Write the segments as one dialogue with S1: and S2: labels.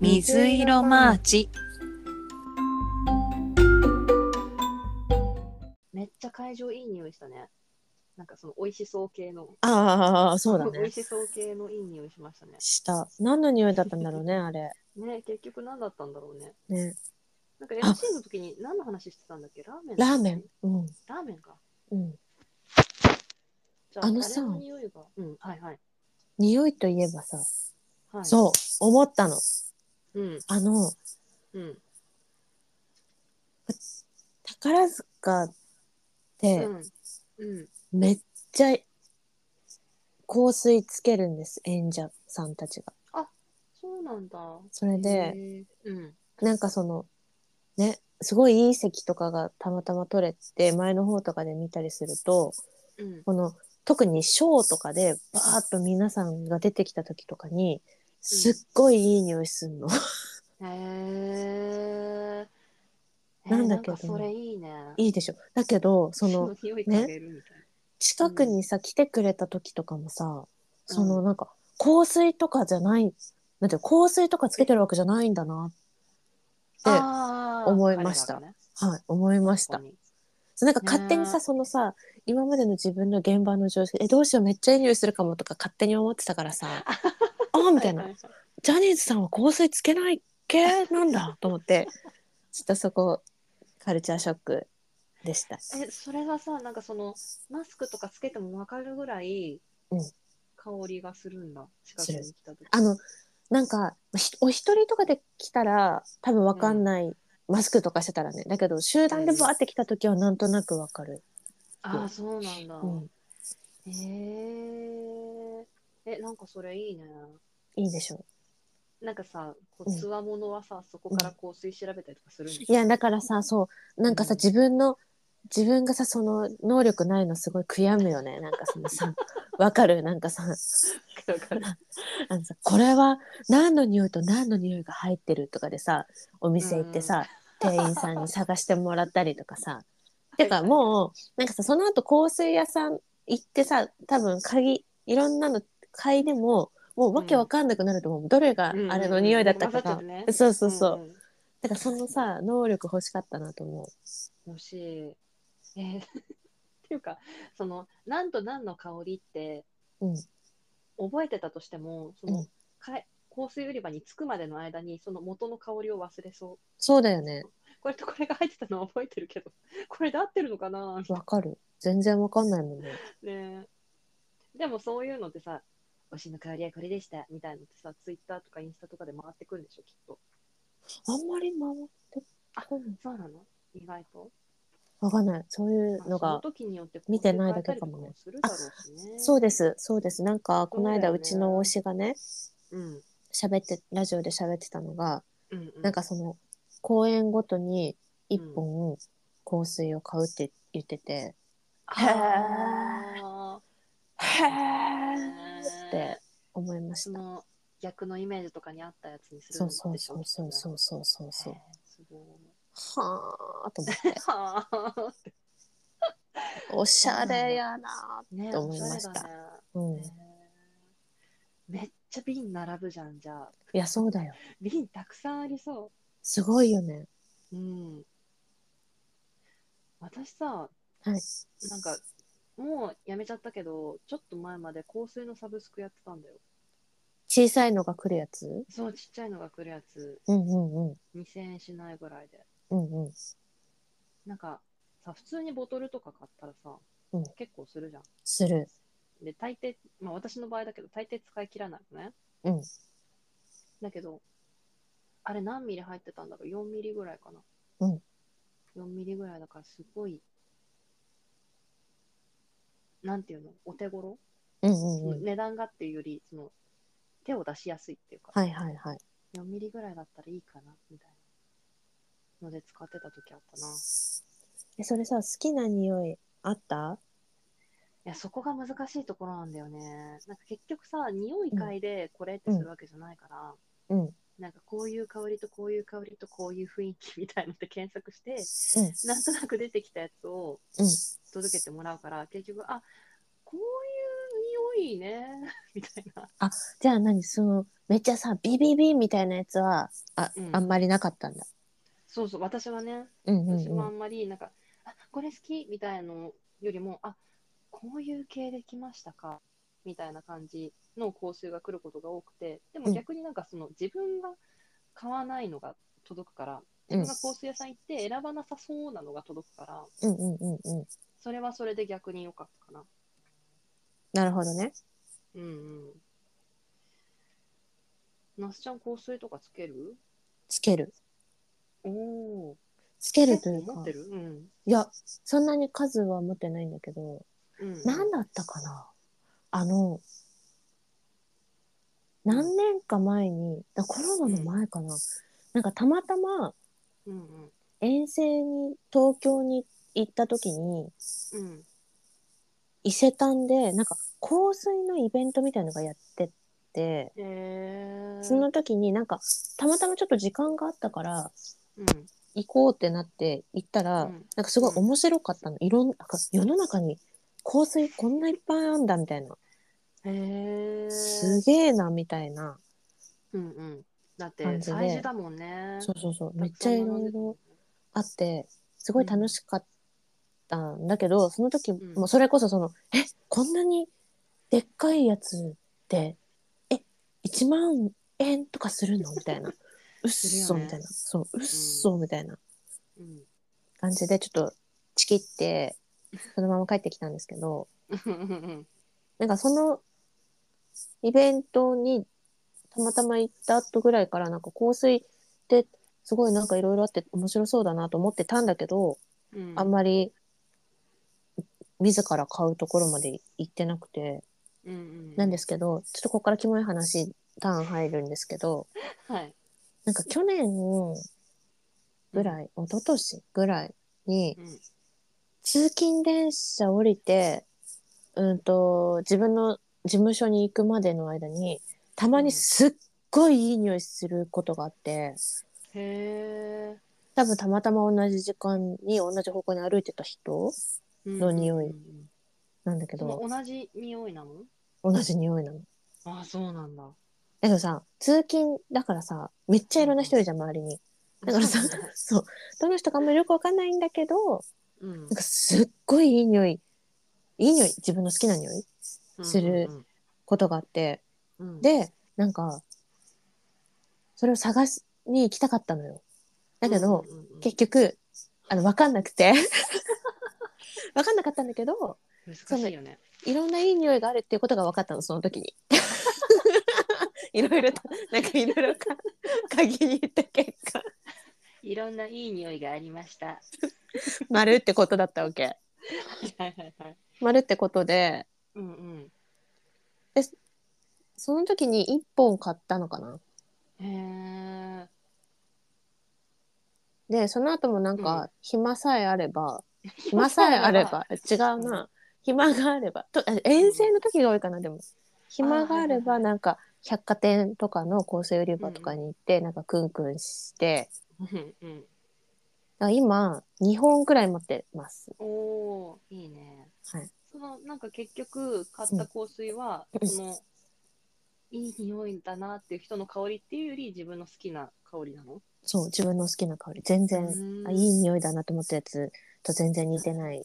S1: 水色マーチ。
S2: めっちゃ会場いい匂いしたね。なんかその美味しそう系の。
S3: ああ、そうだ
S2: 美
S3: ね
S2: 味。しそう系のいい匂いしましたね。
S3: した。何の匂いだったんだろうね、あれ。
S2: ね結局何だったんだろうね。
S3: ね。
S2: なんか MC の時に何の話してたんだっけラーメンの
S3: ラ
S2: 話
S3: ーメン。うん。
S2: ラーメンか。
S3: うん。
S2: じゃあ
S3: あのさ
S2: タレ匂いが。うん、はいはい。
S3: 匂いといえばさ、
S2: はい、
S3: そう、思ったの。
S2: う。うん、
S3: あの、
S2: うん。
S3: 宝塚っ
S2: う
S3: て
S2: ん。うん。
S3: めっちゃ香水つけるんです、演者さんたちが。
S2: そうなんだ。
S3: それで、
S2: へー、うん。
S3: なんかその、ね、すごいいい席とかがたまたま取れて、前の方とかで見たりすると、
S2: うん。
S3: この、特にショーとかで、バーッと皆さんが出てきた時とかに、すっごいいい匂いすんの。
S2: へえ。
S3: なんだけど
S2: なんかそれいいね。
S3: いいでしょ。だけど、その、
S2: 匂い嗅げるみたいな。
S3: 近くにさ、来てくれた時とかもさ、その
S2: う
S3: なんか、香水とかじゃない、なんていうの香水とかつけてるわけじゃないんだな、て
S2: あー
S3: 思いまし
S2: 彼
S3: た
S2: らがね
S3: はい、思いまし
S2: こ
S3: た
S2: こ。に
S3: そうなんか勝手に
S2: ね
S3: さ、そのさ、今までの自分の現場の常識、え、どうしよう、めっちゃいい匂いするかもとか勝手に思ってたか らさ、あーみたいな
S2: は。はは
S3: ジャニーズさんは香水つけない系なんだと思 って、ちょっとそこ、カルチャーショックでした。
S2: えそれがさなんかそのマスクとかつけても分かるぐらい
S3: うん
S2: 香りがするんだ、近くに来た時
S3: あの、なんか、ひお一人とかで来たら、多分わかんない、マスクとかしてたらね。だけど、集団でバーって来た時はなんとなくわかる。
S2: ああそうなんだ、
S3: うん。
S2: へええなんかそれいいね
S3: いいでしょ
S2: なんかさこ
S3: うん
S2: うつわものはさ、そこから香水調べたりとかするんで
S3: いや、だからさ、そう、なんかさ、
S2: うん
S3: 自分の、自分がさ、その、能力ないのすごい悔やむよね。なんかその さ、わかるなんか さ、
S2: だから
S3: あのさ、これは何の匂いと何の匂いが入ってるとかでさ、お店行ってさ、店員さんに探してもらったりと かさ。てかもう、なんかさ、その後香水屋さん行ってさ、多分鍵、いろんなの嗅いでも、もうわけわかんなくなると思う。どれがあれの匂いだったかが。
S2: うんうんうん混ざっちゃってね
S3: そうそうそう。
S2: んん
S3: だからそのさ、能力欲しかったなと思う。
S2: もし、えーっていうかその何と何の香りって、
S3: うん
S2: 覚えてたとしてもその、
S3: うん
S2: かえ香水売り場に着くまでの間にその元の香りを忘れそう
S3: そうだよね。
S2: これとこれが入ってたのは覚えてるけど これで合ってるのかな
S3: わかる。全然わかんないもんね。
S2: ねでもそういうのってさ推しの香りはこれでしたみたいなのってさツイッターとかインスタとかで回ってくるんでしょきっと
S3: あんまり回ってこない。
S2: そうなの意外と
S3: わかんない。そういう
S2: まあ
S3: のが
S2: その時によって
S3: 見てないだけかもね
S2: 香水変えたりとかもするだろうしね
S3: そうです、そうです。なんか、この
S2: そうだ
S3: 間、
S2: よ
S3: う
S2: ね
S3: ちの推しがね、
S2: うん
S3: 喋って、ラジオで喋ってたのが、
S2: うんうん
S3: なんかその、公演ごとに一本香水を買うって言ってて、へー
S2: あ
S3: へ
S2: ー
S3: ーって思いま
S2: そ
S3: した。
S2: の逆のイメージとかに合ったやつにする
S3: そ
S2: ん
S3: う
S2: でし
S3: そ
S2: ょ
S3: うそうそうそううそうそうそう。
S2: すごい
S3: はあと思 って、
S2: はあ
S3: おしゃれやな
S2: ね
S3: と思いました
S2: おゃれだね
S3: ーうん。
S2: へ
S3: い
S2: ーめっちゃ瓶並ぶじゃんじゃあ
S3: や、そうだよ。
S2: 瓶たくさんありそ
S3: すごいよね。
S2: ううん私さ
S3: はい。
S2: なんかもうやめちゃったけどちょっと前まで香水のサブスクやってたんだよ
S3: 小さいのが来るやつ
S2: そうちっちゃいのが来るやつ
S3: うんうんうん。
S2: 2000円しないぐらいで
S3: うんうん。
S2: なんかさ普通にボトルとか買ったらさ、
S3: うん
S2: 結構するじゃん。
S3: する。
S2: で大抵、まあ、私の場合だけど大抵使い切らないのね。
S3: うん。
S2: だけどあれ何ミリ入ってたんだろう4ミリぐらいかな。
S3: うん
S2: 4ミリぐらいだからすごいなんていうのお手頃、
S3: うんうんうん。
S2: 値段がっていうよりその手を出しやすいっていうか、
S3: はいはいはい。
S2: 4ミリぐらいだったらいいかなみたいなので使ってた時あったな。い
S3: え、それさ、好きな匂いあった
S2: やそこが難しいところなんだよね。なんか結局さ匂い嗅いでこれってするわけじゃないから。
S3: うん。
S2: なんかこういう香りとこういう香りとこういう雰囲気みたいのって検索 して
S3: うん。
S2: なんとなく出てきたやつを
S3: うん
S2: 届けてもらうから、結局あこういう匂いね みたいな
S3: じゃあ何そのめっちゃさビビビみたいなやつはあ,、
S2: うん
S3: ん、あんまりなかったんだ。
S2: そうそう、私はね、
S3: うんうん
S2: 私
S3: う
S2: もあ
S3: ん、
S2: んまり、なんか、あこれ好きみたいのよりも、あこういう系できましたかみたいな感じの香水が来ることが多くて、で
S3: う
S2: も
S3: ん
S2: 逆になんか、その自分が買わないのが届くから、
S3: う
S2: 自分
S3: ん
S2: が香水屋さん行って選ばなさそうなのが届くから、
S3: うんうんうんうん。
S2: それはそれで逆に良かったかな。
S3: なるほどね。
S2: うんうん。那須ちゃん、香水とかつける
S3: つける。
S2: おお。
S3: つけるという
S2: 結構持
S3: か
S2: って。るうん。
S3: いや、そんなに数は持ってないんだけど、
S2: うん、
S3: 何だったかなあの、何年か前に、だコロナの前かな、なんかたまたま
S2: うんうん。
S3: 遠征に、東京に行った時に、
S2: うん。
S3: 伊勢丹で、なんか香水のイベントみたいのがやってて、
S2: へえ。
S3: その時になんか、たまたまちょっと時間があったから、
S2: うん。
S3: 行こうってなって行ったら、
S2: うん
S3: なんかすごい面白かったの。いろんな、なんか世の中に香水こんないっぱいあんだみたいな。
S2: へえ。
S3: すげえなみたいな。
S2: うんうん。だっ
S3: 感
S2: て、
S3: じで
S2: 大事だもんね。
S3: そうそうそう。め
S2: た
S3: っ
S2: く
S3: ち
S2: さ
S3: ゃ
S2: ん
S3: い
S2: 並ん
S3: ろ
S2: で
S3: い
S2: たもん
S3: ろ
S2: ね
S3: あって、すごい楽しかったんだけど、その時、
S2: ん
S3: もうそれこそその、え、こんなにでっかいやつって、え、1万円とかするのみたい な。うっ
S2: す
S3: そ、
S2: るよね
S3: みたいな。そう、うっそ、みたいな
S2: うん。
S3: 感じで、ちょっとチキって、そのまま帰ってきたんですけど、
S2: うん
S3: なんかそのイベントにたまたま行った後ぐらいからなんか香水ってすごいなんかいろいろあって面白そうだなと思ってたんだけど、
S2: うん。
S3: あんまり自ら買うところまで行ってなくて
S2: うんうん。
S3: なんですけどちょっとここからキモい話ターン入るんですけど
S2: はい。
S3: なんか去年ぐらい、一昨年ぐらいに
S2: うん。
S3: 通勤電車降りて、うんと、自分の事務所に行くまでの間に、たまにすっごいいい匂いすることがあって、
S2: へえ。
S3: 多分たまたま同じ時間に同じ方向に歩いてた人の匂い
S2: うんうんうんうん
S3: なんだけ
S2: そ
S3: ど、
S2: の同じ匂いなの
S3: 同じ匂いなの。
S2: ああ、そうなんだ。
S3: だけどさ、通勤だからさ、めっちゃいろんな人いるじゃん、周りに。だからさ
S2: そうなんだ、
S3: そう、どの人かもよくわかんないんだけど、
S2: うん
S3: なんかすっごいいい匂い、いい匂い、自分の好きな匂いすることがあって、
S2: うんうんうん。
S3: でなんかそれを探しに行きたかったのよだけど、
S2: うんうんうんうん、
S3: 結局あの分かんなくて 分かんなかったんだけど
S2: 難しいよね。
S3: いろんないい匂いがあるっていうことが分かったのその 時にいろいろとなんかいろいろか鍵に行った結果
S2: いろんないい匂いがありました。
S3: 丸ってことだったわけ
S2: はいはいはい。
S3: 丸ってことで
S2: うんうん。
S3: その時に1本買ったのかな
S2: へえ。
S3: でその後もなん
S2: う
S3: か暇さえあれば、暇さえあれ。ば、違うな。暇があれば。とあ遠征の時が多いかな、でも。暇が
S2: あーはいは
S3: あれ
S2: いは
S3: ば、
S2: い
S3: なんか、百貨店とかの香水売り場とかに行って、なんか、クンクンして、
S2: うんうん。
S3: だから今、2本くらい持ってます。
S2: おおー、いいね。
S3: はい。
S2: そのなんか結局買った香水は、
S3: うん
S2: そのいい匂いだなっていう人の香りっていうより自分の好きな香りなの。
S3: そう、自分の好きな香り。全然、
S2: う
S3: あ
S2: ん
S3: いい匂いだなと思ったやつと全然似てない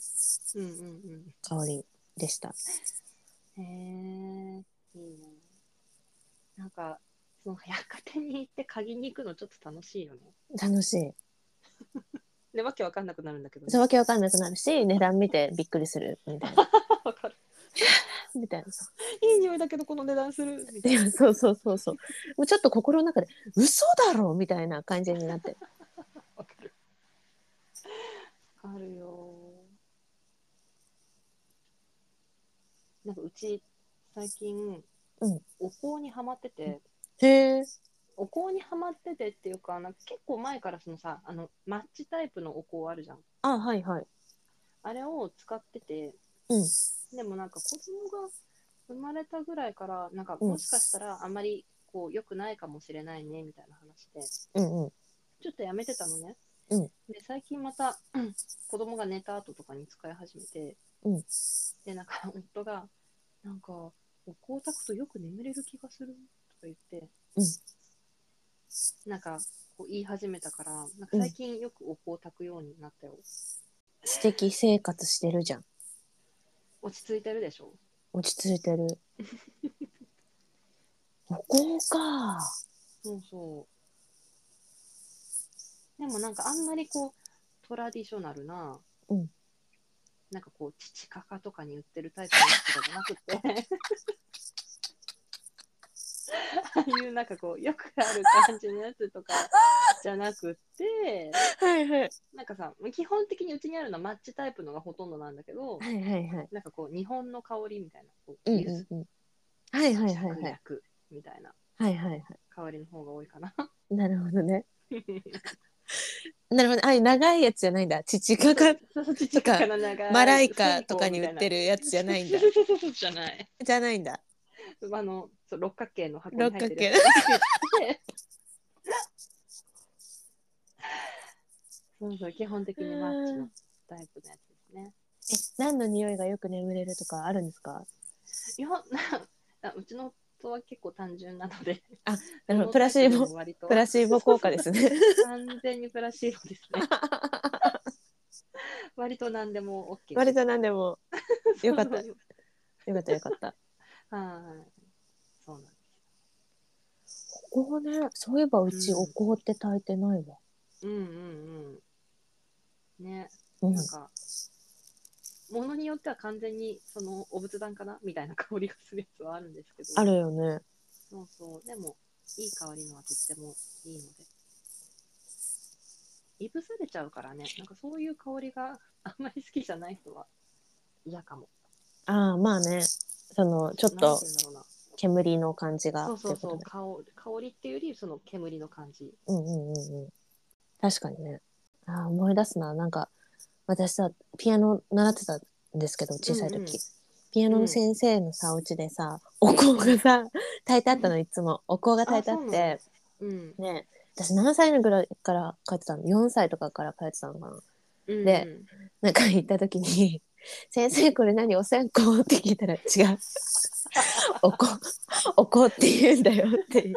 S2: うんうん
S3: 香りでした。
S2: うん。へえ、いいね。なんかその百貨店に行って鍵に行くのちょっと楽しいよね。
S3: 楽しい。
S2: でわけわかんなくなるんだけど、
S3: そ
S2: ね。
S3: う、わけわかんなくなるし、値段見てびっくりする、みた いな。
S2: わかる。
S3: みたいな。
S2: いい匂いだけどこの値段するみたい
S3: で
S2: な。
S3: もそうそうそうそうもうちょっと心の中で嘘だろみたいな感じになって
S2: わかる。わかるよ。なんかうち最近、
S3: うん
S2: お香にハマってて、
S3: へえ
S2: お香にハマっててっていうか、なんか結構前からそのさ、あのマッチタイプのお香あるじゃん。
S3: あはいはい
S2: あれを使ってて、
S3: うん
S2: でもなんか子供が生まれたぐらいから、なんか
S3: うん
S2: もしかしたらあんまりこう良くないかもしれないねみたいな話で、
S3: うんうん
S2: ちょっとやめてたのね。
S3: うん
S2: で最近また 子供が寝た後とかに使い始めて、
S3: うん
S2: でなん か夫が「なんかお香炊くとよく眠れる気がする」とか言ってなんかこう言い始めたからなんか最近よくお香を炊くようになったよ、
S3: 素敵生活してるじゃん
S2: 落ち着いてるでしょ
S3: 落ち着いて るお香か
S2: そうそうでもなんかあんまりこうトラディショナルな、
S3: うん
S2: なんかこう父かかとかに売ってるタイプの人じゃなくてああいうなんかこうよくある感じのやつとかじゃなくって
S3: はいはい
S2: なんかさ基本的にうちにあるのはマッチタイプのがほとんどなんだけど
S3: はいはいはい
S2: なんかこう日本の香りみたいなこう
S3: うん
S2: ユズ
S3: うんうんはいはいはい
S2: 芍
S3: はい
S2: 薬みたいな
S3: はいはいは
S2: 香りの方が多いかな
S3: いなるほどねなるほどあ長いやつじゃないんだ父かか
S2: そうそう父かの長い
S3: マライカとかに売って
S2: る
S3: るやつじゃないんだ
S2: そうそうそうそうじゃない
S3: じゃないんだ
S2: あのそう六角形の箱に入ってるやつでそうそう基本的にマッチのタイプのやつですね
S3: え何の匂いがよく眠れるとかあるんですか
S2: いやなうちの夫は結構単純なので
S3: なるほどプラシーボ
S2: 割と
S3: プラシーボ効果です ね
S2: 完全にプラシーボです ね割と何でも OK
S3: 割と何でも
S2: と
S3: よ かったよかったよかった
S2: はいそうなんで
S3: お香ねそういえばうち
S2: うん
S3: お香って炊いてないわ、
S2: すうんうんうんね
S3: うん
S2: なんか、ものによっては完全にそのお仏壇かなみたいな香りがするやつはあるんですけど、
S3: あるよね
S2: そうそう、でも、いい香りのはとってもいいので。いぶされちゃうからね、なんかそういう香りがあんまり好きじゃない人は嫌かも。
S3: ああまあねそのちょっ
S2: なん
S3: と
S2: て言うんだろうな。
S3: 煙の感じが
S2: そうそうそう、
S3: ってこ
S2: 香香りっていうより、その煙の感じ。
S3: とねうんうんうんうん確かにねああ思い出すななんか私さピアノ習ってたんですけど小さい時、
S2: うんうん
S3: ピアノの先生のさお家でさお香がさ炊いてあったのいつもお香が炊いてあ
S2: あそ
S3: っ
S2: うな
S3: て
S2: のうん。
S3: ね私何歳のぐらいから通ってたの4歳とかから通ってたのかな
S2: うん
S3: で、なんか行った時に 「先生これ何お線香?」って聞いたら「違うおこおこって言うんだよ」って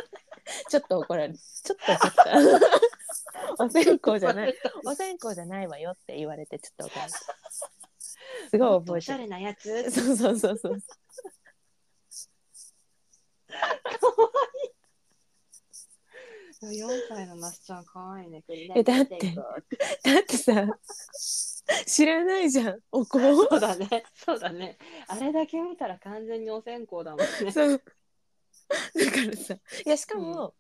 S3: ちょっと怒られちょっと怒った「お線香じゃない。お線香じゃないわよ」って言われてちょっと怒られたすごい
S2: おしゃ
S3: 覚
S2: れなや
S3: えてる
S2: つ。
S3: そうそうそうそう
S2: 4歳のなすちゃん、かわいいね。
S3: えだってだってさ知らないじゃんお香を
S2: そうだね、そうだね。あれだけ見たら完全にお線香だもんね。
S3: そうだからさいやしかも、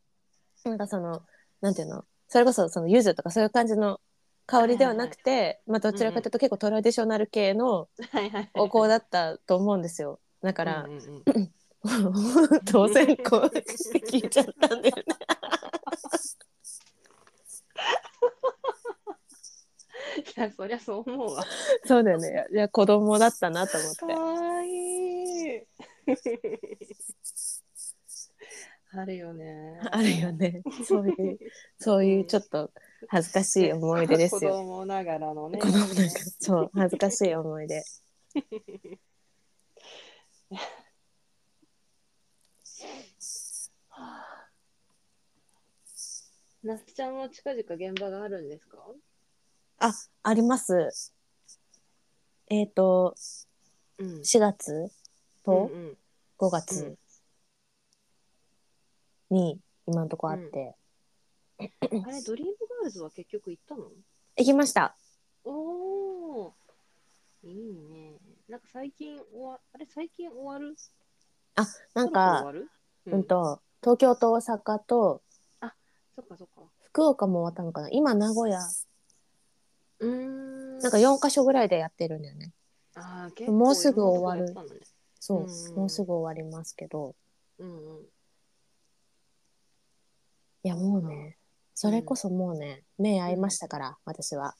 S3: なんかそのなんていうのそれこそその柚子とかそういう感じの香りではなくて、まあ、どちらかというと結構トラディショナル系の
S2: はいはい。
S3: お香だったと思うんですよだか
S2: からうん、うんうん、
S3: 当然こうして聞いちゃったんだよ ね。
S2: いや、そりゃそう思うわ。
S3: そうだよねいやいや子供だったなと思って
S2: かわいい。あるよね。
S3: あるよ ねそういうそういうちょっと恥ずかしい思い出ですよ。
S2: 子供ながらのね。
S3: 子供なんかそう恥ずかしい思い出。
S2: なすちゃんは近々現場があるんですか。
S3: あります。えっ、と
S2: うん
S3: 4月と
S2: うんうん
S3: 5
S2: う
S3: 月
S2: ん
S3: に今のとこあって、
S2: あれ、ドリームガールズは結局行ったの。
S3: 行きました
S2: おお。いいね。なんか最近終わ、あれ、最近終わる。
S3: なん
S2: そろそ
S3: か
S2: ろ終わる。
S3: うん、と東京と大阪と
S2: そっかそっか。
S3: 福岡も終わったのかな今名古屋
S2: うーん。
S3: なんか4か所ぐらいでやってるんだよね
S2: あー
S3: もうすぐ終わる。
S2: 結構いろんなとこやったのね
S3: そう、
S2: うん
S3: もうすぐ終わりますけど
S2: うんうん。
S3: いやもうねそれこそもうね、目合いましたから 私は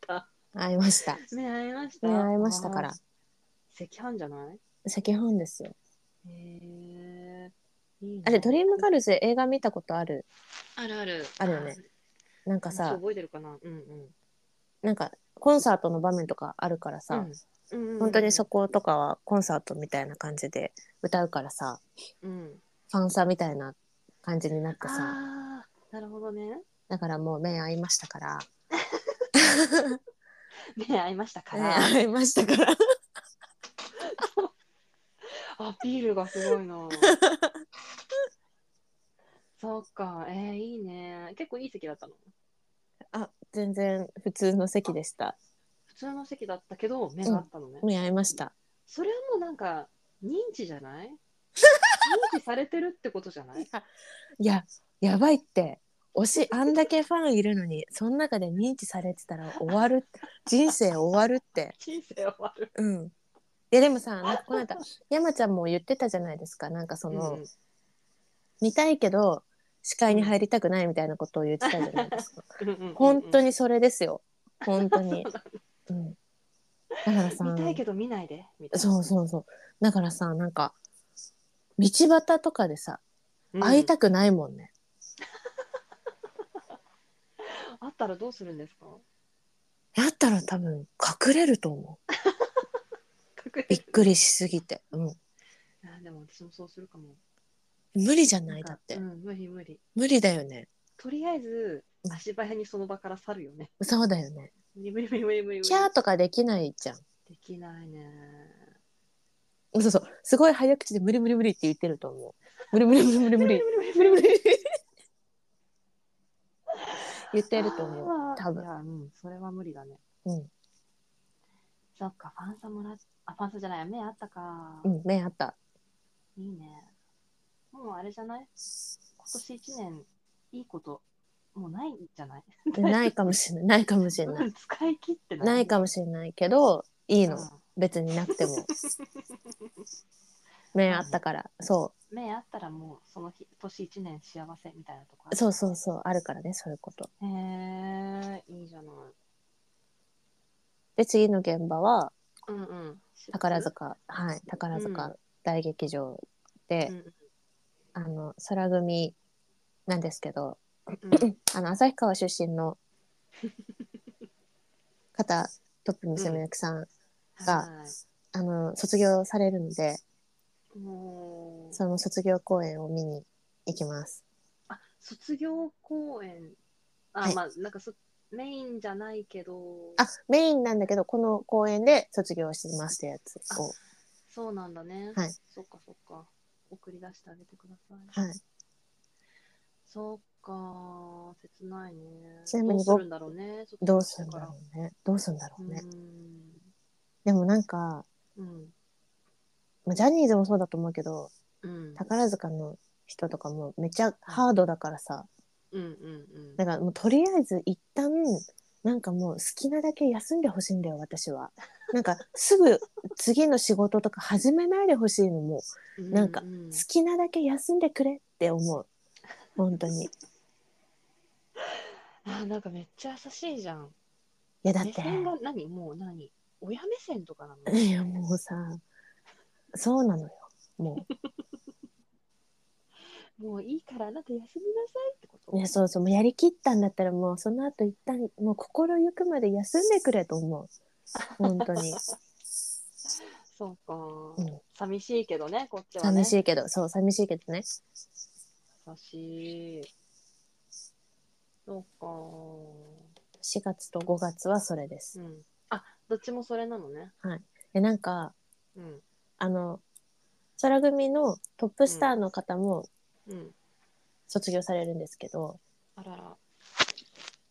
S2: た
S3: 会い ました
S2: 目合いました。
S3: 目合いましたか
S2: あ
S3: ら
S2: ー。赤飯じゃない
S3: 赤飯ですよ
S2: へえ。いいな
S3: あれドリームガールズ映画見たことある
S2: あるある。
S3: あるよね。なん
S2: ち
S3: か
S2: ょっと
S3: さ
S2: 覚えてるかな。うんうん。
S3: なんかコンサートの場面とかあるからさ、
S2: うん、うんうんうん、
S3: 本当にそことかはコンサートみたいな感じで歌うからさ
S2: うん。
S3: ファンサみたいな感じになってさ
S2: あーなるほどね。
S3: だからもう目合いましたから
S2: ね会いましたか
S3: 目
S2: ら。
S3: 合いましたから
S2: アピールがすごい な。そうか、えー、いいね。結構いい席だったの。
S3: あ全然普通の席でした
S2: 普通の席だったけど、目があったのね。
S3: 目合いました
S2: それはもうなんか、認知じゃない認知されてるってことじゃない
S3: いややばいって推しあんだけファンいるのにその中で認知されてたら終わる人生終わるって
S2: 人生終わる。
S3: うんいやでもさなんかこの間山ちゃんも言ってたじゃないですかなんかその、
S2: うん
S3: 見たいけど視界に入りたくないみたいなことを言ってたじゃないですか
S2: うんうんうんうん
S3: 本当にそれですよ本当 に、うん、だからさ
S2: 見たいけど見ないで。みたいな
S3: そうそうそうだからさなんか道端とかでさ
S2: うん
S3: 会いたくないもんね、
S2: あったらどうするんですか
S3: だったら多分隠れると思う
S2: 隠
S3: びっくりしすぎて、うん、
S2: あでも私もそうするかも。
S3: 無理じゃないだって、
S2: うん、無理無理。
S3: 無理だよね
S2: とりあえず
S3: うん、
S2: 足早にその場から去るよね。
S3: そうだよね
S2: 無理無理無理無理無理無理。
S3: キャーとかできないじゃん
S2: できないね。
S3: そうそうすごい早口で無理無理無理って言ってると思う無理無理無理無理無理
S2: 無理無理無理無理。
S3: 言ってると思う
S2: あー
S3: 多分
S2: いや、うん、それは無理だね。
S3: うん、
S2: そっか、ファンサもらっ、あ、ファンサじゃない、目あったか。
S3: うん、目あった
S2: いいね。もうあれじゃない今年一年、いいこと、もうないんじゃない
S3: でないかもしれないないかもしれな い
S2: 使い切ってない。
S3: ないかもしれないけどいいの
S2: うん
S3: 別になくても目あったからそ
S2: 目あったらもうその日年一年幸せみたいなとこあ
S3: う
S2: る
S3: そうそうそうあるからねそういうこと
S2: へえいいじゃない
S3: で次の現場は
S2: うんうん
S3: 宝塚はい宝
S2: う
S3: 塚大劇場で、
S2: うんうん
S3: あの空組なんですけど
S2: うん
S3: あの旭川出身の方トップ娘役さん、が
S2: は
S3: あの卒業されるので
S2: いもう
S3: その卒業公演を見に行きます
S2: あ卒業公演あ、
S3: はい
S2: まあなんかそメインじゃないけど
S3: あメインなんだけどこの公演で卒業しますってやつを
S2: そうなんだね
S3: はい
S2: そっかそっか送り出してあげてください
S3: はい
S2: そっか切ないね
S3: ちなみに
S2: どう
S3: 僕
S2: するんだろうね
S3: どうするんだろうねどうするんだろ
S2: う
S3: うね、
S2: ん
S3: でもなんか
S2: うん
S3: まあジャニーズもそうだと思うけど
S2: うん
S3: 宝塚の人とかもめっちゃハードだからさ
S2: うんうん
S3: だからもうとりあえず一旦なんかもう好きなだけ休んでほしいんだよ私は。なんかすぐ次の仕事とか始めないでほしいのも
S2: うん
S3: なんか
S2: うう
S3: 好きなだけ休んでくれって思う本当に。い
S2: あーなんかめっちゃ優しいじゃん。
S3: やだっ
S2: 目
S3: て
S2: 線が何もう何親目線とかなの
S3: いやもうさそうなのよも
S2: もういいからあなた休みなさいってこと
S3: う、ね、そうそうもうやりきったんだったらもうその後一旦もう心ゆくまで休んでくれと思う本当 に、
S2: そうか、
S3: うん
S2: 寂しいけどね、こっちはね。
S3: 寂しいけどそう寂しいけどね
S2: 優しい。そう
S3: 4月と5月はそれで
S2: か。
S3: す。
S2: うん。あ、どっちもそれなのね。
S3: でなんか
S2: うん。
S3: あの空組のトップスターの方も
S2: うん。
S3: 卒業されるんですけど、
S2: あらら。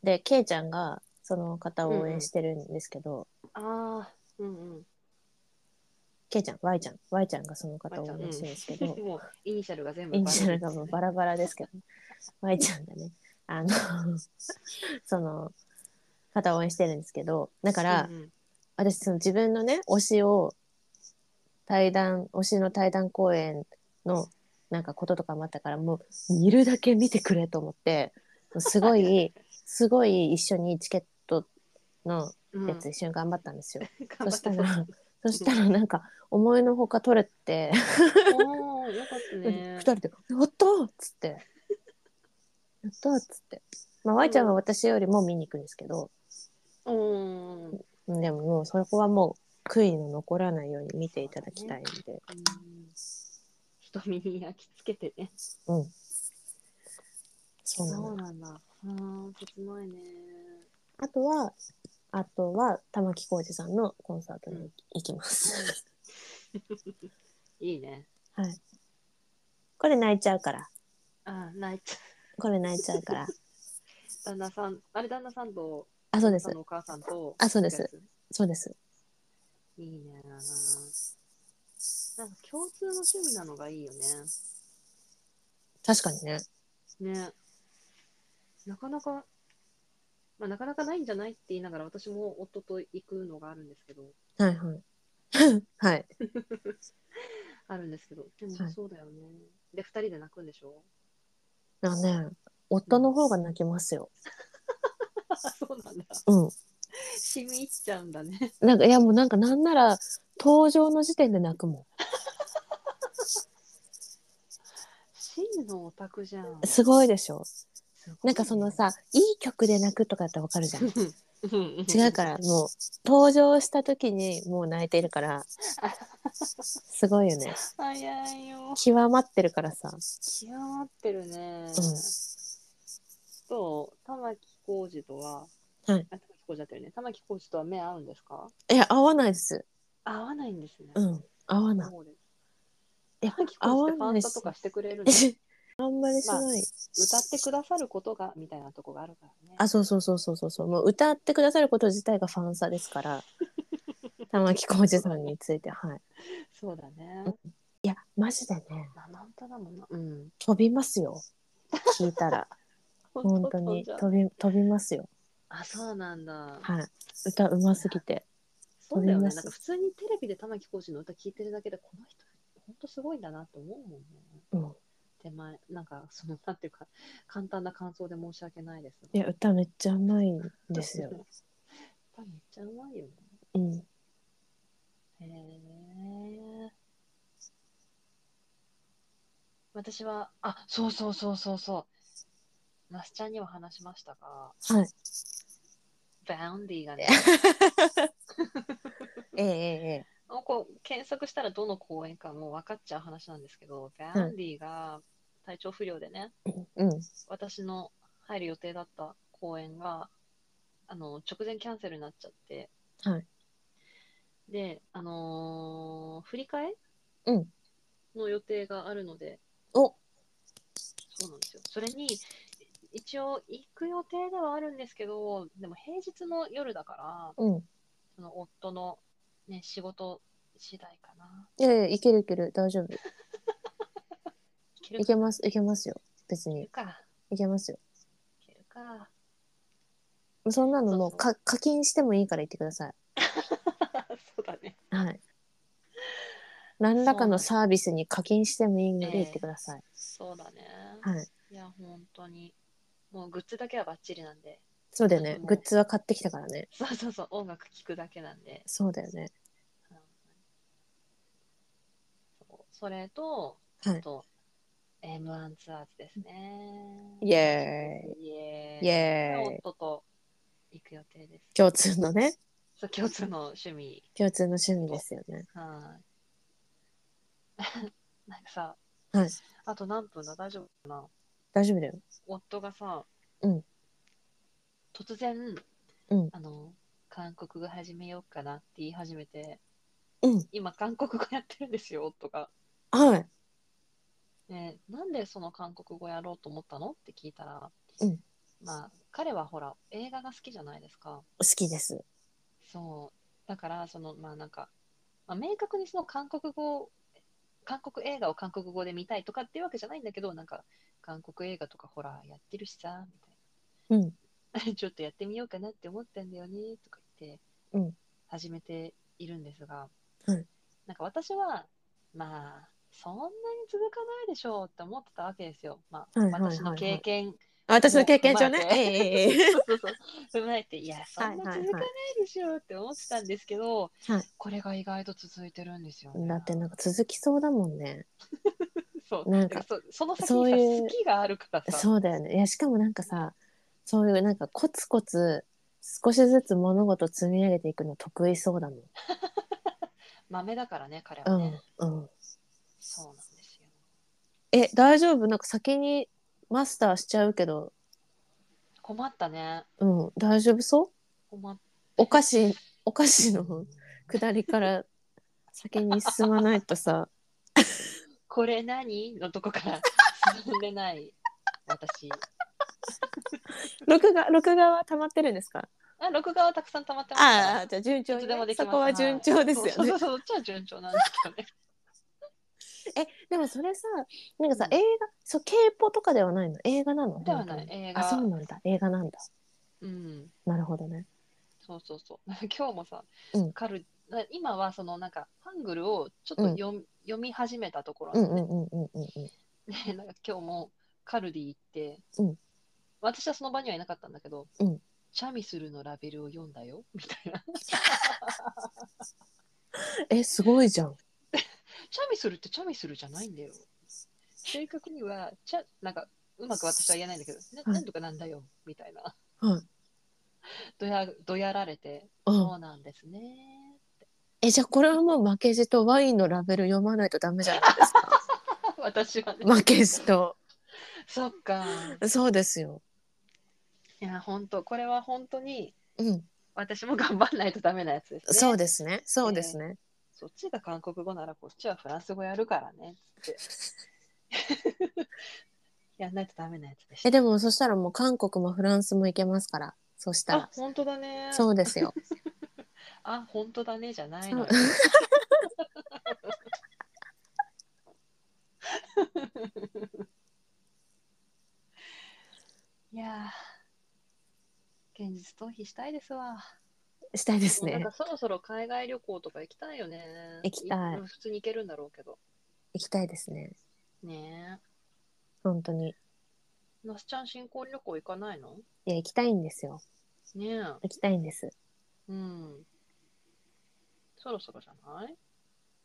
S3: でケイちゃんがその方を応援してるんですけど、
S2: ああ、うんうん。
S3: ケイちゃん Y ちゃん Y ちゃんがその方
S2: ワイ
S3: を
S2: ちゃ
S3: 応
S2: ん
S3: 援してるんですけど、
S2: もうイニシャルが全部
S3: イニシャル
S2: バ
S3: がもうバラバラですけど Y ちゃんがねあのその方を応援してるんですけどだか
S2: ラ
S3: ら、
S2: うんうん
S3: 私その自分のね推しを対談推しの対談公演のなんかこととかもあったからもう見るだけ見てくれと思ってもうす ごいすごい一緒にチケットの
S2: うん
S3: やつ一緒に頑張ったんですよ、
S2: 頑張
S3: そ
S2: っ
S3: した
S2: て
S3: らそしたらなんか思いのほか取れて
S2: おーよかった
S3: 二、
S2: ね。
S3: 人で「やった!」っつって「やった!」っつってまあ Y ちゃんは私よりも見に行くんですけど、
S2: うん。
S3: でももうそこはもう悔いの残らないように見ていただきたいんで
S2: うん瞳に焼き付けてね。
S3: うん。そうな
S2: そ
S3: の
S2: う。なんだ。うん、切ないね。
S3: あとは、あとは玉置浩二さんのコンサートに行きます。
S2: いいね。
S3: はい。 これ泣いちゃうから。
S2: あ、泣いちゃ
S3: これ泣いちゃう から。
S2: う。旦那さん、あれ旦那さんと、
S3: あ、そうで
S2: そ
S3: す。
S2: のお母さんと。
S3: あそうです
S2: やつ。
S3: そうです。
S2: いいね。なんか共通の趣味なのがいいよね。
S3: 確かにね。
S2: ね。なかなか、まあ、なかなかないんじゃないって言いながら、私も夫と行くのがあるんですけど、
S3: はいはい。 はい。
S2: あるんですけど、で
S3: は
S2: も
S3: い
S2: そうだよね。で、二人で泣くんでしょ
S3: だね、夫の方が泣きますよ。
S2: そうなんだ。
S3: うん。
S2: 染み入っちゃうんだね。
S3: なんか、いやもうなんかなんなら、登場の時点で泣くも
S2: 真のオタクじゃん
S3: ん。。すごいでしょ。
S2: すごいね
S3: なんかその、さ、いい曲で泣くとかってわかるじゃん。
S2: 違
S3: 違うから、もう、登場した時にもう泣いてるから、すごいよね。
S2: ら。早いよ。
S3: 極まってるからさ。
S2: 極まってるね。
S3: うん
S2: と、玉置浩二とは、
S3: はい
S2: あ、玉置浩二だったよね。玉置浩二とは目合うんですか
S3: いや、合わないです。
S2: 合わないんですね。
S3: うん。合わない。
S2: そうです。
S3: いや
S2: 玉置浩二って
S3: 合
S2: フ
S3: わ
S2: ァ
S3: ない
S2: ン
S3: し
S2: サとかしてくれるんです
S3: あんまりしない。
S2: 歌ってくださることがみたいなとこがあるからね。
S3: あ、そうそうそうそうそうそう。もう歌ってくださること自体がファンサです から。玉置浩二さんについて、はい。
S2: そうだね。
S3: いや、マジでね、
S2: 生歌だもんな。うん。
S3: 飛びますよ。聞いたら。 本当に
S2: 飛んじゃう
S3: 飛び、飛びますよ。
S2: あ、そうなんだ。
S3: はい。歌うますぎて。
S2: そうだよ
S3: 飛びま
S2: ね。
S3: す
S2: なんか普通にテレビで玉置浩二の歌聞いてるだけで、この人、本当すごいんだなと思うもんね。
S3: うん。
S2: 手前、なんか、その、なんていうか、簡単な感想で申し訳ないです。
S3: いや、歌めっちゃうまいんですよ。。
S2: 歌めっちゃうまいよね。
S3: うん。
S2: へえ。私は、あ、そうそうそうそうそう。マスちゃんには話しましたが、
S3: はい。
S2: バウンディがね、
S3: ええええ
S2: もうこう検索したらどの公演かもう分かっちゃう話なんですけど、バウンディが体調不良でね、
S3: ええ。うん。
S2: 私の入る予定だった公演が、あの、直前キャンセルになっちゃって、
S3: はい。
S2: で、あのー振り替え
S3: うん
S2: の予定があるので、
S3: お
S2: そうなんですよ。それに、一応行く予定ではあるんですけど、でも平日の夜だから、
S3: うん。
S2: その夫の、ね、仕事次第かな。
S3: いやいや、いけるいける。大丈夫。
S2: 行ける
S3: いけます。いけますよ。別に。
S2: か。行
S3: いけますよ。
S2: ける か。
S3: そんなのもうか課金してもいいから言ってくださ
S2: そうだね。
S3: い。 はい。何らかのサービスに課金してもいいので言ってください。
S2: そうだね。
S3: はい。
S2: いや、本当に。もうグッズだけはバッチリなんで。
S3: そうだよね。グッズは買ってきたからね。
S2: そうそうそう、音楽聴くだけなんで。
S3: そうだよね。
S2: うんそうそれと、
S3: はい
S2: あと、M1 ツアーズですね。
S3: イエー
S2: イエー
S3: イ。イエーイ。
S2: 夫と行く予定です。
S3: 共通のね。
S2: そう共通の趣味。
S3: 共通の趣味ですよね。
S2: はい なんかさ、
S3: はい。
S2: あと何分だ大丈夫
S3: 大丈夫だよ。
S2: 夫がさ、
S3: うん
S2: 突然、
S3: うん
S2: あの、韓国語始めようかなって言い始めて、
S3: うん。
S2: 今、韓国語やってるんですよ、夫が。
S3: はい。
S2: ね、なんでその韓国語やろうと思ったのって聞いたら、
S3: うん
S2: まあ彼はほら映画が好きじゃないですか
S3: 好きです。
S2: そうだからそのまあなんか、まあ、明確にその韓国語を韓国映画を韓国語で見たいとかっていうわけじゃないんだけどなんか韓国映画とかほらやってるしさみ
S3: うん。
S2: たいな ちょっとやってみようかなって思ったんだよねとか言って
S3: うん
S2: 始めているんですが、
S3: はい
S2: なんか私はまあそんなに続かないでしょうって思ってたわけですよ、まあ
S3: はいはいはいはい
S2: 私の経験
S3: 私の経験上ね
S2: もう。
S3: ええええええ
S2: そうそうそう踏まえていやそんな続かないでしょうって思ってたんですけど、
S3: はい
S2: これが意外と続いてるんですよ、ね。
S3: だってなんか続きそうだもんね。
S2: そう
S3: な
S2: なんん
S3: か
S2: かそその先
S3: そうい
S2: に
S3: う
S2: さ好きがあるからさ
S3: そうだよね。いや、しかもなんかさ、そういうなんかコツコツ少しずつ物事積み上げていくの得意そうだもん。
S2: 豆だからね彼
S3: う
S2: はね、
S3: ん。うん。
S2: そうなんですよ。
S3: え大丈夫なんか先にマスターしちゃうけど
S2: 困ったね。
S3: うん大丈夫そう
S2: 困っ
S3: お菓子お菓子の下りから先に進まないとさ
S2: これ何のとこから進んでない私。
S3: 録画録画は溜まってるんですか
S2: あ録画はたくさん溜まってますから
S3: ああじゃあ順調
S2: いつ
S3: にね、
S2: でもできま
S3: そ
S2: す
S3: こは順調です
S2: は
S3: よ
S2: いそうそう
S3: ね
S2: そう、そっちは順調なんですけどね。
S3: えでもそれさなんかさ、
S2: うん
S3: 映画そうケーポとかではないの映画なの
S2: ではな
S3: 本
S2: い
S3: 当に
S2: 映
S3: あ
S2: 画。
S3: そうなんだ映画なんだ
S2: うん。
S3: なるほどね
S2: そうそうそう。 今日もさ、
S3: うん
S2: カル今はそのなんかハングルをちょっと読,、読み始めたところ
S3: う
S2: なんん
S3: うんうんうんうんうん
S2: ですね。でなんか今日もカルディ行って、
S3: うん
S2: 私はその場にはいなかったんだけど、
S3: うん
S2: チャミスルのラベルを読んだよみたいな。
S3: えすごいじゃん
S2: チャミスルってチャミスルじゃないんだよ。正確にはチャなんかうまく私は言えないんだけど、な
S3: はい
S2: なんとかなんだよみたいな。
S3: はい
S2: どやどやられて、
S3: うん
S2: そうなんですね。
S3: えじゃあこれはもう負けじとワインのラベル読まないとダメじゃないですか
S2: 私はね。
S3: 負けじと
S2: そっか。
S3: そうですよ
S2: いや本当これは本当に
S3: うん
S2: 私も頑張んないとダメなやつですね。
S3: そうですねそうですね、
S2: そっちが韓国語ならこっちはフランス語やるから ね っつって。やんないとダメなやつでし
S3: え
S2: た。
S3: でもそしたらもう韓国もフランスも行けますからそした
S2: あ
S3: ら
S2: 本当だね。
S3: そうです よ
S2: あ本当だねじゃないのよ。 いやー現実逃避したいですわ。
S3: したいです
S2: もうなん
S3: ね
S2: かそろそろ海外旅行とか行きたいよね。
S3: 行きたい
S2: うん普通に行けるんだろうけど。
S3: 行きたいですね
S2: ね
S3: 本当に
S2: え。なすちゃん新婚旅行行かないの
S3: いや行きたいんですよ
S2: ねえ。
S3: 行きたいんです
S2: うん。そろそろじゃない、
S3: ね、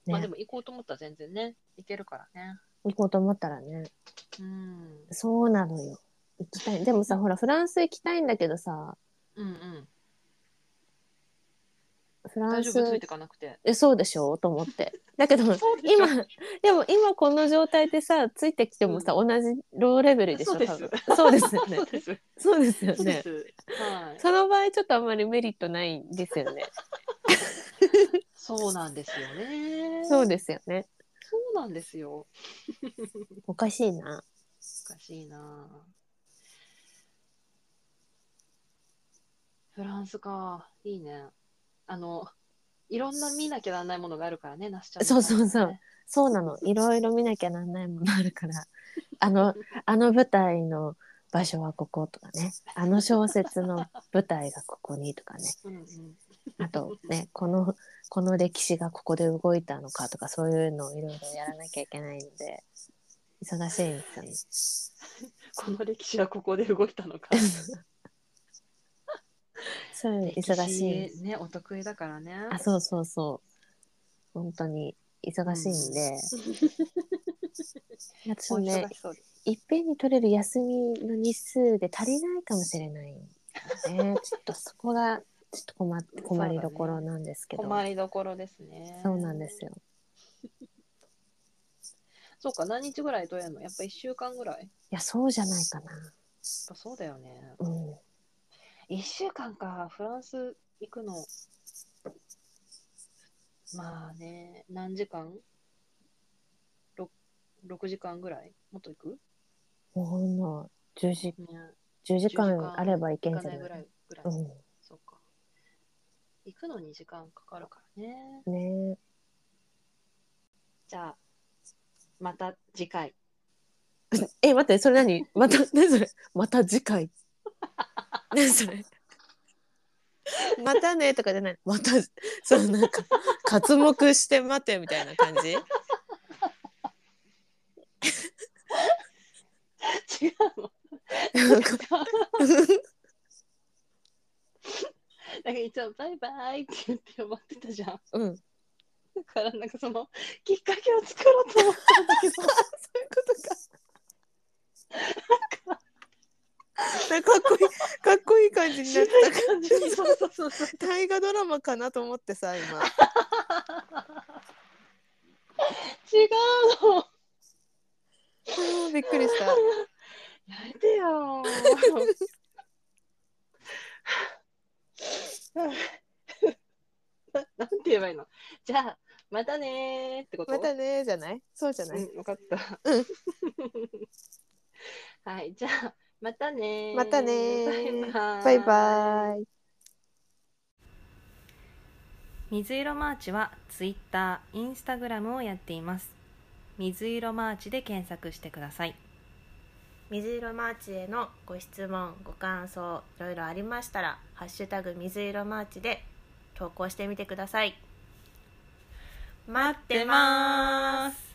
S2: まあでも行こうと思ったら全然ね、行けるからね。
S3: 行こうと思ったらね
S2: うん。
S3: そうなのよ行きたいでもさほらフランス行きたいんだけどさ
S2: うんうん。
S3: フラ
S2: 大
S3: ン
S2: 丈
S3: ス
S2: 夫、ついてかなくて。
S3: えそうでしょと思って だけど
S2: そうでしょ
S3: 今でも今この状態でさついてきてもさ、同じローレベルでしょ
S2: そうです
S3: 多分そうです よね
S2: そうです。
S3: そうですよ
S2: そうで
S3: ね
S2: す。はい。
S3: その場合ちょっとあんまりメリットないんですよね。
S2: そうなんですよね。
S3: そう
S2: で
S3: ですよね。
S2: そうなんですよ。
S3: おかしいな。
S2: おかしいなあフランスか。いいね。あの、いろんな見なきゃならないものがあるからね、なすちゃんの
S3: そうそう
S2: 場
S3: そう
S2: 合はね。
S3: そうなの。いろいろ見なきゃなんないものあるから。あの、あの舞台の場所はこことかね。あの小説の舞台がここにとかね。
S2: うんうん。
S3: あとね、この、この歴史がここで動いたのかとか、そういうのをいろいろやらなきゃいけないので、忙しいんです
S2: この歴史はここで動いたのか
S3: よ。ね。そういうの 忙しい。
S2: い。ね、お得意だからね。
S3: あ、そうそうそう。本当に忙しいんで。私
S2: お
S3: もね
S2: 忙、しそうです。
S3: いっぺんに取れる休みの日数で足りないかもしれない、 ね。ちょっとそこがちょっと困っ困りどころなんですけど。
S2: 困りどころですね。
S3: そうなんですよ。
S2: そうか、何日ぐらいとやるのやっぱ1週間ぐらいやっ
S3: いや、そうじゃないかな。
S2: ぱそうだよね。
S3: うん。
S2: 1週間か、フランス行くの。まあね、何時間 ?6, 6時間ぐらいもっと行く
S3: ほんの10時、
S2: ね
S3: 10時
S2: 10時間
S3: 間あればいけ
S2: 行
S3: ん
S2: か
S3: じゃ
S2: な
S3: ないい
S2: ぐらいぐらい。
S3: う
S2: そうか。行くのに時間かかるからね。
S3: ん。ね
S2: じゃあ、また次回。
S3: え。え、待って、それ 何また、何それまた次回。 何それまたねとかじゃない。また、そのなんか、刮目して待てみたいな感じ
S2: 違う の。
S3: なんか
S2: なんかいつもバイバイって言って呼ばれてたじゃん。
S3: うん。
S2: だからなんかそのきっかけを作ろうと思ったんだけど、
S3: そういうことか。なんかかっこいいかっこいい感じにな
S2: 渋
S3: っ
S2: い感じに。そうそうそうそう。
S3: た大河ドラマかなと思ってさ今
S2: 違うの。
S3: びっくりした。
S2: やめてよーなんて言えばいいのじゃあまたねーってこと
S3: またねーじゃないそうじゃない、
S2: うん、分かった。はい、じゃあ、またねー。
S3: またね
S2: バイ
S3: ー
S2: バー
S3: バイバーイ。
S4: 水色マーチは Twitter、Instagram をやっています。水色マーチで検索してください。
S5: 水色マーチへのご質問ご感想いろいろありましたら「ハッシュタグ水色マーチ」で投稿してみてください待ってます
S4: す。